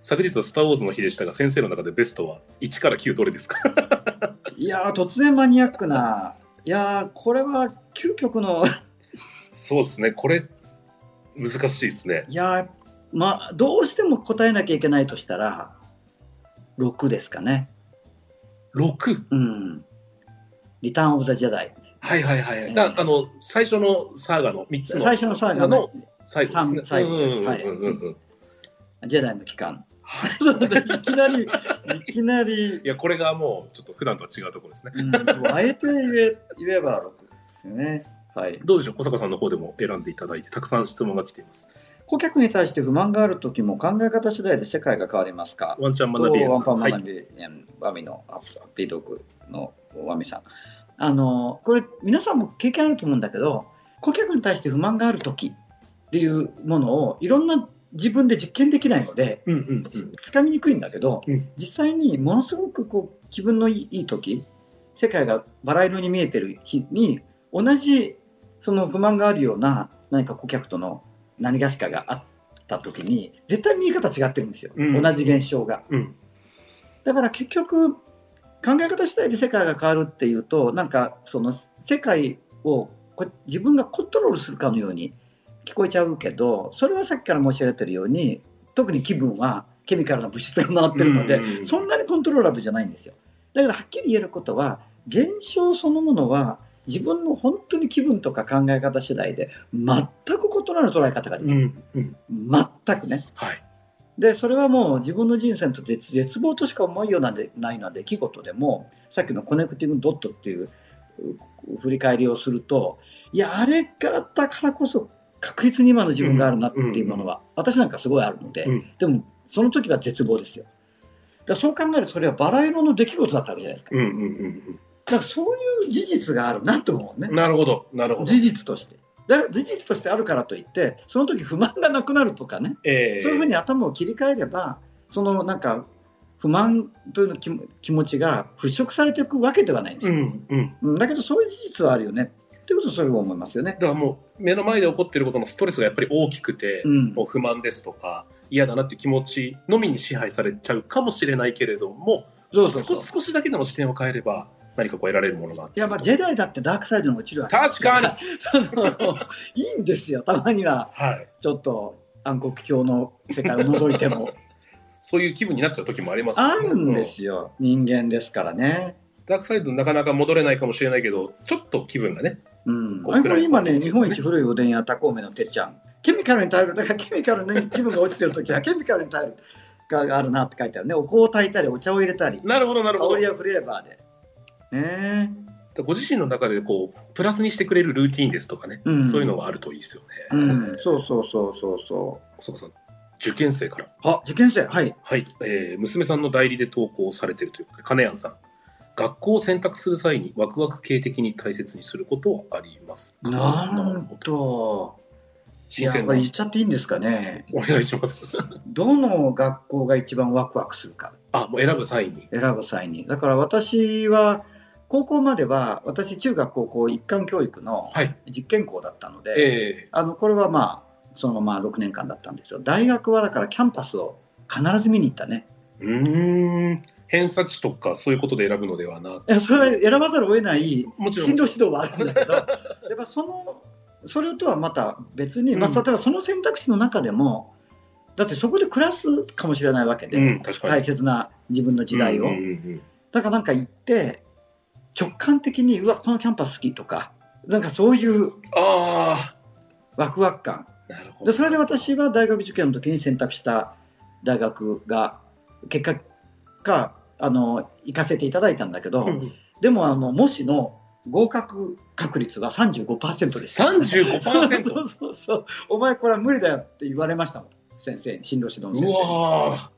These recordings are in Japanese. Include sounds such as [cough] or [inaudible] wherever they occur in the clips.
昨日はスター・ウォーズの日でしたが、先生の中でベストは1から9どれですかいやー突然マニアックないやーこれは究極の [laughs] [laughs] そうですね、これ、難しいですね。いやーまあどうしても答えなきゃいけないとしたら6ですかね6。うんリターン・オブ・ザ・ジェダイはいはいはいはい。うんだあの、最初のサーガの3つの。最初のサーガの最後ですね。最後ですうんうんうんうんうんジェダイの期間 [laughs] はいいきなりいきなりいや、これがもう、ちょっと普段とは違うところですね。うん、もうあえて言え言えば6ですよね。はい、どうでしょう、小坂さんの方でも選んでいただいて、たくさん質問が来ています。顧客に対して不満がある時も考え方次第で世界が変わりますかワンチャン学び園ワさンん。パンは学い。び園、ワミのアップアッピードッグのワミさん。あのこれ皆さんも経験あると思うんだけど顧客に対して不満がある時っていうものをいろんな自分で実験できないのでうんうんうん。つかみにくいんだけど、うん実際にものすごくこう気分のいいいい時世界がバラ色に見えてる日に同じその不満があるような何か顧客との何がしかがあった時に絶対見え方違ってるんですよ、うん同じ現象が。うんだから結局考え方次第で世界が変わるっていうとなんかその世界をこ自分がコントロールするかのように聞こえちゃうけどそれはさっきから申し上げてるように特に気分はケミカルな物質が回ってるので、うんうんうんそんなにコントローラブルじゃないんですよだからはっきり言えることは現象そのものは自分の本当に気分とか考え方次第で全く異なる捉え方ができうる、んうん。全くねはい。でそれはもう自分の人生と絶絶望としか思いようなんでないのは出来事でもさっきのコネクティングドットっていうう振り返りをするといやあれがあったからこそ確実に今の自分があるなっていうものは、私なんかすごいあるので、うんでもその時は絶望ですよだからそう考えるとそれはバラ色の出来事だったわけじゃないですかうんうんうんだからそういう事実があるなと思うねうん。なるほど、なるほど。事実としてだから事実としてあるからといってその時不満がなくなるとかねえーそういうふうに頭を切り替えれば、そのなんか不満というの気も気持ちが払拭されていくわけではないんですうよ、んうん。うんだけど、そういう事実はあるよねということをそういうふうに思いますよねだ。からもう、目の前で起こっていることのストレスがやっぱり大きくて、うんもう不満ですとか、嫌だなっていう気持ちのみに支配されちゃうかもしれないけれども、そうそうそう少し少しだけでも視点を変えれば、何かこう得られるものがあっていやまあジェダイだってダークサイドの落ちるわけ確かににいいんですよたまにははい。ちょっと暗黒教の世界を覗 [laughs] いてもそういう気分になっちゃう時もありますあよるんですよ人間ですからねダークサイドなかなか戻れないかもしれないけど、ちょっと気分がね、うん、こう暗い今ね、感じ日本一古いおでん屋、タコーメのてっちゃん、ケミカルに耐える、だからケミカルに気分が落ちてるときは、ケミカルに耐えるがあるなって書いてあるね、お香を炊いたり、お茶を入れたり、なるほど、なるほ香ど。りやフレーバーで。ねご自身の中でこうプラスにしてくれるルーティンですとかね、うんそういうのがあるといいですよね。え、うん、そうそうそうそうそ小坂さん、受験生から、う。あ、受験生、はい。はいえー娘さんの代理で投稿されているということで、金谷さん、学校を選択する際にワクワク系的に大切にすることはありますかなんと、い新ややっ鮮ぱなり言っちゃっていいんですかね、お願いします。どの学校が一番ワクワクするか。あもう選ぶ際に。選ぶ際にだから私は高校までは私中学高校一貫教育のはい実験校だったので、えあのこれはまあそのまま6年間だったんですよ大学はだからキャンパスを必ず見に行ったねー、うーん、偏差値とかそういうことで選ぶのではなく、いやそれは選ばざるを得ないもちろん進路指導はある [laughs] んだけどやっぱそのそれとはまた別に、まあ、うん例えばその選択肢の中でもだってそこで暮らすかもしれないわけで、うん、確かに。大切な自分の時代を、うんうんうんだからなんか行って直感的にうわこのキャンパス好きとかなんかそういうあワクワク感あ、なるほど。でそれで私は大学受験の時に選択した大学が結果かあの行かせていただいたんだけど、うんうんでもあの模試の合格確率は35%です35% [laughs] そうそうそうお前これは無理だよって言われましたもん先生に進路指導うの先わあ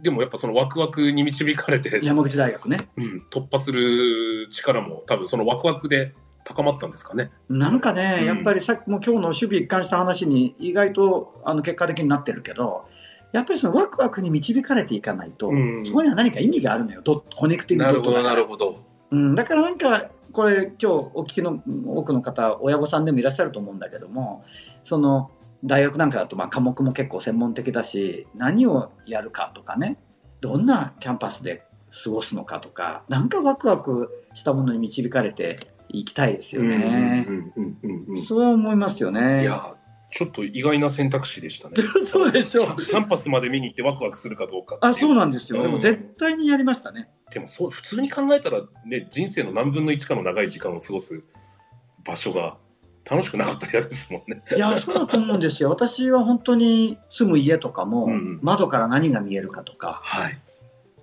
でもやっぱそのワクワクに導かれて生に、山口大学ねうん、突破する力も多分そのワクワクで高まったんですかね。なんかね、うんやっぱりさっきも今日の守備一貫した話に意外とあの結果的になってるけど、やっぱりそのワクワクに導かれていかないと、うんそこには何か意味があるのよ、ドットコネクティブなドるッほトど、だなからるほど。うん、だからなんか、これ、今日お聞きのうん多くの方、親御さんでもいらっしゃると思うんだけども、その大学なんかだとまあ科目も結構専門的だし、何をやるかとかね、どんなキャンパスで過ごすのかとか、なんかワクワクしたものに導かれていきたいですよね。うんうんうんうんうんそう思いますよね。いや、ちょっと意外な選択肢でしたね。 [laughs] そうでしょう。キャンパスまで見に行ってワクワクするかどうかっていあ、そうなんですよ。うんでも絶対にやりましたね。でもそう普通に考えたら、ね、人生の何分の1かの長い時間を過ごす場所が楽しくなかったら嫌ですもんね。いや、そうだと思うんですよ。私は本当に住む家とかも、うん窓から何が見えるかとか、はい、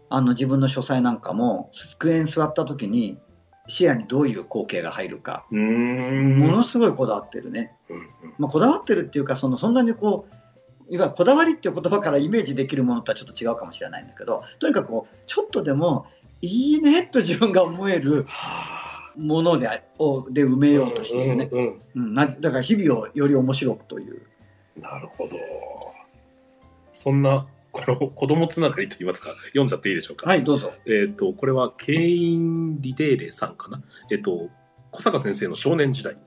あの自分の書斎なんかも、机に座った時に視野にどういう光景が入るか、うーんものすごいこだわってるね。うんうんまあ、こだわってるっていうか、そのそんなにこう、いわゆるこだわりっていう言葉からイメージできるものとはちょっと違うかもしれないんだけど、とにかくこうちょっとでもいいねと自分が思えるはあものでをで埋めようとしているね。うんうんうん、なだから日々をより面白くという。うんなるほど。そんなこの子供つながりといいますか読んじゃっていいでしょうか。はい、どうぞ。えっ、と、これは、ケイン・リデーレさんかな。えっ、と、小坂先生の少年時代、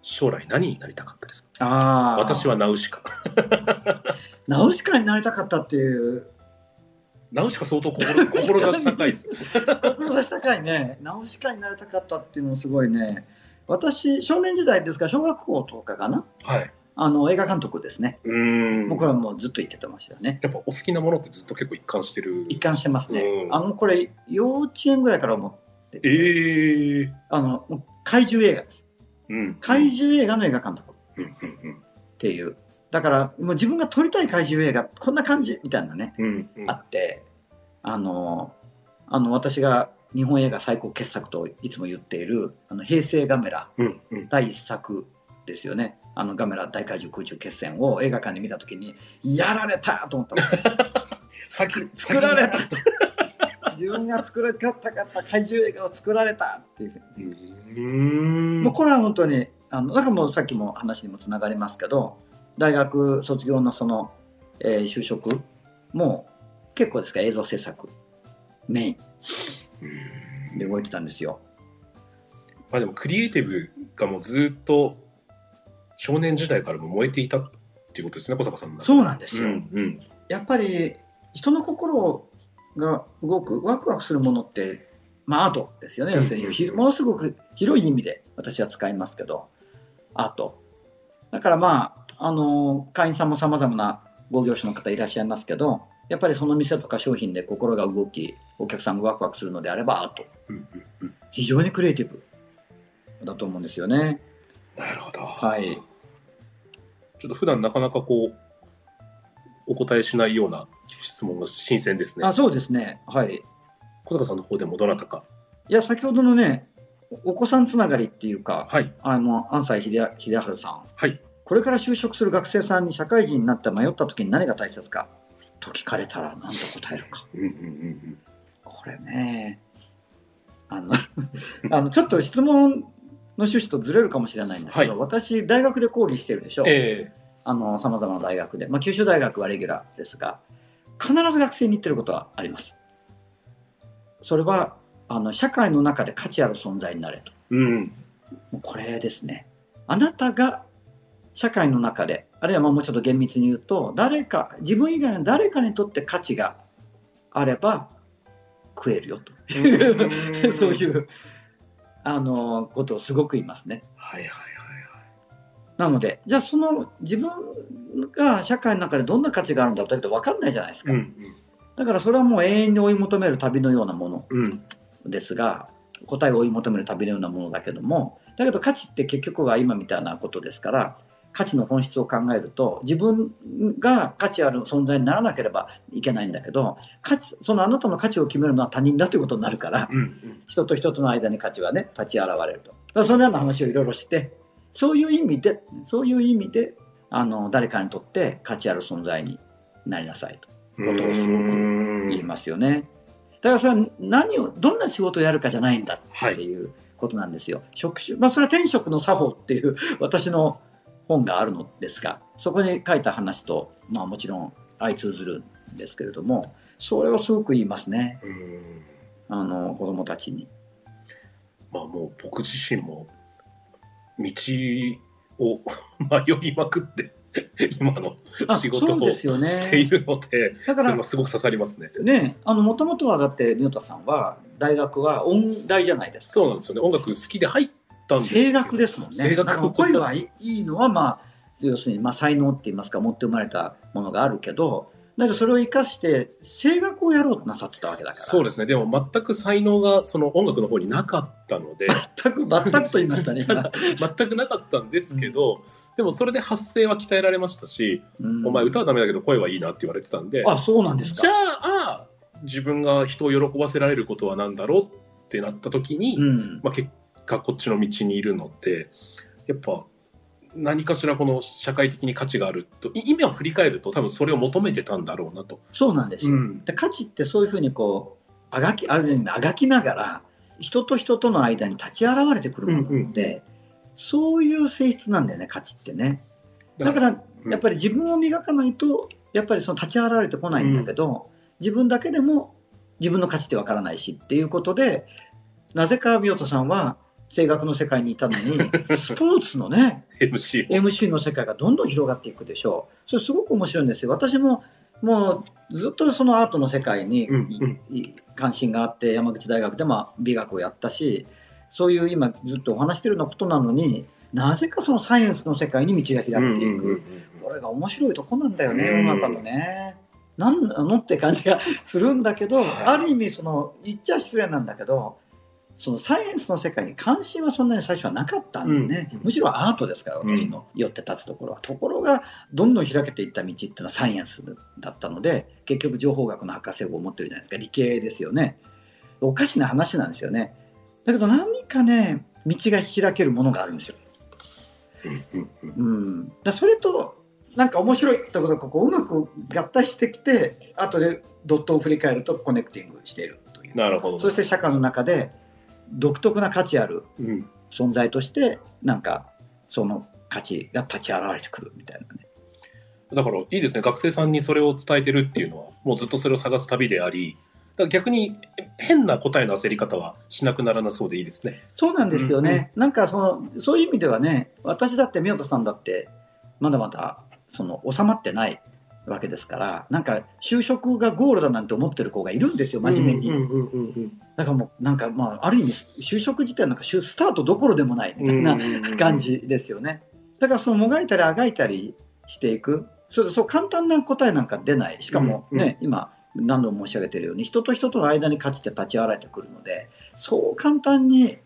将来何になりたかったですかああ、私はナウシカ。ナウシカになりたかったっていう、ナウシカ相当心志高いですよ。志高いね、ナウシカになりたかったっていうのもすごいね。私、少年時代ですから、小学校とかかな、はい。あの映画監督ですね。うーん。もうこれはもうずっと言ってましたよね。やっぱお好きなものってずっと結構一貫してる。一貫してますね。うんあの、これ、幼稚園ぐらいから思ってて、ええあの、もう怪獣映画です。うん。怪獣映画の映画監督。うんうんっていうだからもう自分が撮りたい怪獣映画こんな感じみたいなね、うん。うんうんあってあのあの私が日本映画最高傑作といつも言っている「あの平成ガメラうんうん」。第一作ですよねあのガメラ大怪獣空中決戦を映画館で見た時にやられたと思った [laughs] もん先作られた先自分が作られたかった怪獣映画を作られたっていうふうににうーん。もうこれは本当にあのだからもうさっきも話にもつながりますけど大学卒業のその、えー就職も結構ですから映像制作メインで動いてたんですよ。まあでもクリエイティブがもうずっと少年時代からも燃えていたっていうことですね、小坂さんの中でそうなんですうよ、んうん。やっぱり人の心が動くワクワクするものって、まあ、アートですよねうん要するにひものすごく広い意味で私は使いますけどアートだからまああの会員さんもさまざまなご業種の方いらっしゃいますけどやっぱりその店とか商品で心が動きお客さんがワクワクするのであればアートうんうんうん非常にクリエイティブだと思うんですよねなるほど。はい。ちょっと普段なかなかこう、お答えしないような質問が新鮮ですねあ。そうですねはい小坂さんの方でもどなたか。いや先ほどのねおお子さんつながりっていうか、はい。あの安西秀秀治さん、はいこれから就職する学生さんに社会人になって迷った時に何が大切かと聞かれたら何と答えるかうんうんうんこれねあの [laughs] あのちょっと質問の趣旨とずれるかもしれないんだけど、はい私大学で講義してるでしうょん。えさまざまな大学で、まあ、九州大学はレギュラーですが必ず学生に言ってることはありますそれはあの社会の中で価値ある存在になれとえうん。もうこれですね。あなたが社会の中で、あるいはまあもうちょっと厳密に言うと、誰か、自分以外の誰かにとって価値があれば食えるよという、うん [laughs] そういう、あの、ことをすごく言いますね。はいはいはいはなので、じゃあその自分が社会の中でどんな価値があるんだろうだけど分かんないじゃないですい。か。うんだからそれはもう永遠に追い求める旅のようなものうん。うん。ですが答えを追い求める旅のようなものだけどもだけど価値って結局は今みたいなことですから価値の本質を考えると自分が価値ある存在にならなければいけないんだけど価値そのあなたの価値を決めるのは他人だということになるからうんうん。人と人との間に価値はね立ち現れるとだからそのような話をいろいろしてそういう意味でそういう意味であの誰かにとって価値ある存在になりなさいと。ことをすごく言いますよね。だからそれは何をどんな仕事をやるかじゃないんだっていうことなんですよ。職種、まあ、それは天職の作法っていう [laughs] 私の本があるのですが、そこに書いた話と、まあ、もちろん相通ずるんですけれども、それはすごく言いますね、うんあの子供たちに。まあもう僕自身も道を迷いまくって今のあ仕事そうをでしすよねているのでだそかれらはすごく刺さりますね。ね、あの、もともとはだって、ミョタさんは、大学は音大じゃないですか。そうなんですよね音楽好きで入ったんですけど声楽ですもんね。声楽だから声はいいいのは、まあ、要するに、まあ、才能って言いますか、持って生まれたものがあるけど、だけどそれを生かして、声楽をやろうとなさってたわけだから。そうですねでも全く才能がその音楽の方になかったの [laughs] で全く、全くと言いました [laughs] ね、今。全くなかったんですけど、でもそれで発声は鍛えられましたし、うんお前歌はダメだけど声はいいなって言われてたんであ、そうなんですじゃか。あ自分が人を喜ばせられることは何だろうってなった時に、うん。まあ、結果こっちの道にいるのでやっぱ何かしらこの社会的に価値があるとい今を振り返ると多分それを求めてたんだろうなと、そうなんですよ。ん、で価値ってそういうふうにこうあがきある意味あがきながら人と人との間に立ち現れてくるものなので、そういう性質なんだよね価値ってねだかららやっぱり自分を磨かないとやっぱりその立ち現れてこないんだけど、自分だけでも自分の価値ってわからないしっていうことでなぜか美音さんは声楽の世界にいたの [laughs] にスポーツのね MC を MC の世界がどんどん広がっていくでしょう。それすごく面白いんですよ。私ももうずっとそのアートの世界に、うんうんい関心があって山口大学でも美学をやったしそういう今ずっとお話してるようなことなのになぜかそのサイエンスの世界に道が開うんいていく、うんうんこれが面白いとこなんだよね、うん世の中のね。なんなのって感じがするんだけど、ある意味その言っちゃ失礼なんだけどそのサイエンスの世界に関心はそんなに最初はなかったんでね、うんむしろアートですからうん私の寄って立つところは、ところがどんどん開けていった道っていうのはサイエンスだったので結局情報学の博士号を持ってるじゃないですか理系ですよねおかしな話なんですよねだけど何かね道が開けるものがあるんですようんうんうん、だそれとなんか面白いってことがこううまく合体してきて後でドットを振り返るとコネクティングしているというなるほどそして社会の中で独特な価値あるうん存在としてなんかその価値が立ち現れてくるみたいなねだからいいですね学生さんにそれを伝えてるっていうのはもうずっとそれを探す旅でありだから逆に変な答えの焦り方はしなくならなそうでいいですね。そうなんですよね、なんかそのそういう意味ではね私だって宮田さんだってまだまだその収まってないわけですからなんか就職がゴールだなんて思ってる子がいるんですよ真面目に。うんうんうんうんだからもうなんかまあある意味就職自体なんかしゅスタートどころでもないみたいな感じですよね。だからそのもがいたりあがいたりしていくそれそう簡単な答えなんか出ないしかもうんうんね、今何度も申し上げているように人と人との間に価値って立ち現れてくるのでそう簡単に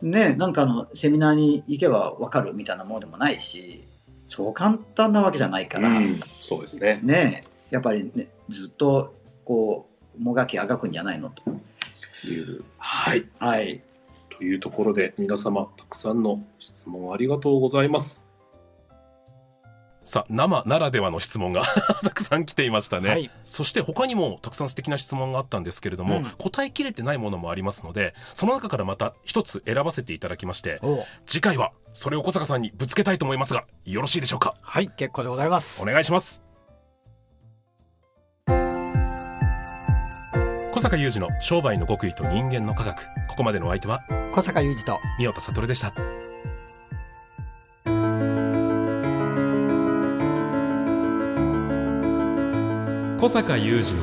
ねなんかあのセミナーに行けば分かるみたいなものでもないしそう簡単なわけじゃないから。うんそうですねねやっぱり、ね、ずっとこうもがきあがくんじゃないのという。はいはいというところで皆様たくさんの質問ありがとうございますさあ生ならではの質問が [laughs] たくさん来ていましたね、はいそして他にもたくさん素敵な質問があったんですけれども、うん答えきれてないものもありますのでその中からまた一つ選ばせていただきましておう次回はそれを小坂さんにぶつけたいと思いますがよろしいでしょうかはい結構でございますお願いします小坂雄二の商売の極意と人間の科学ここまでのお相手は小坂雄二と三岡悟でした小坂雄二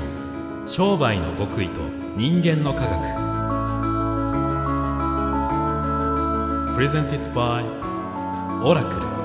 の商売の極意と人間の科学 Presented by オラクル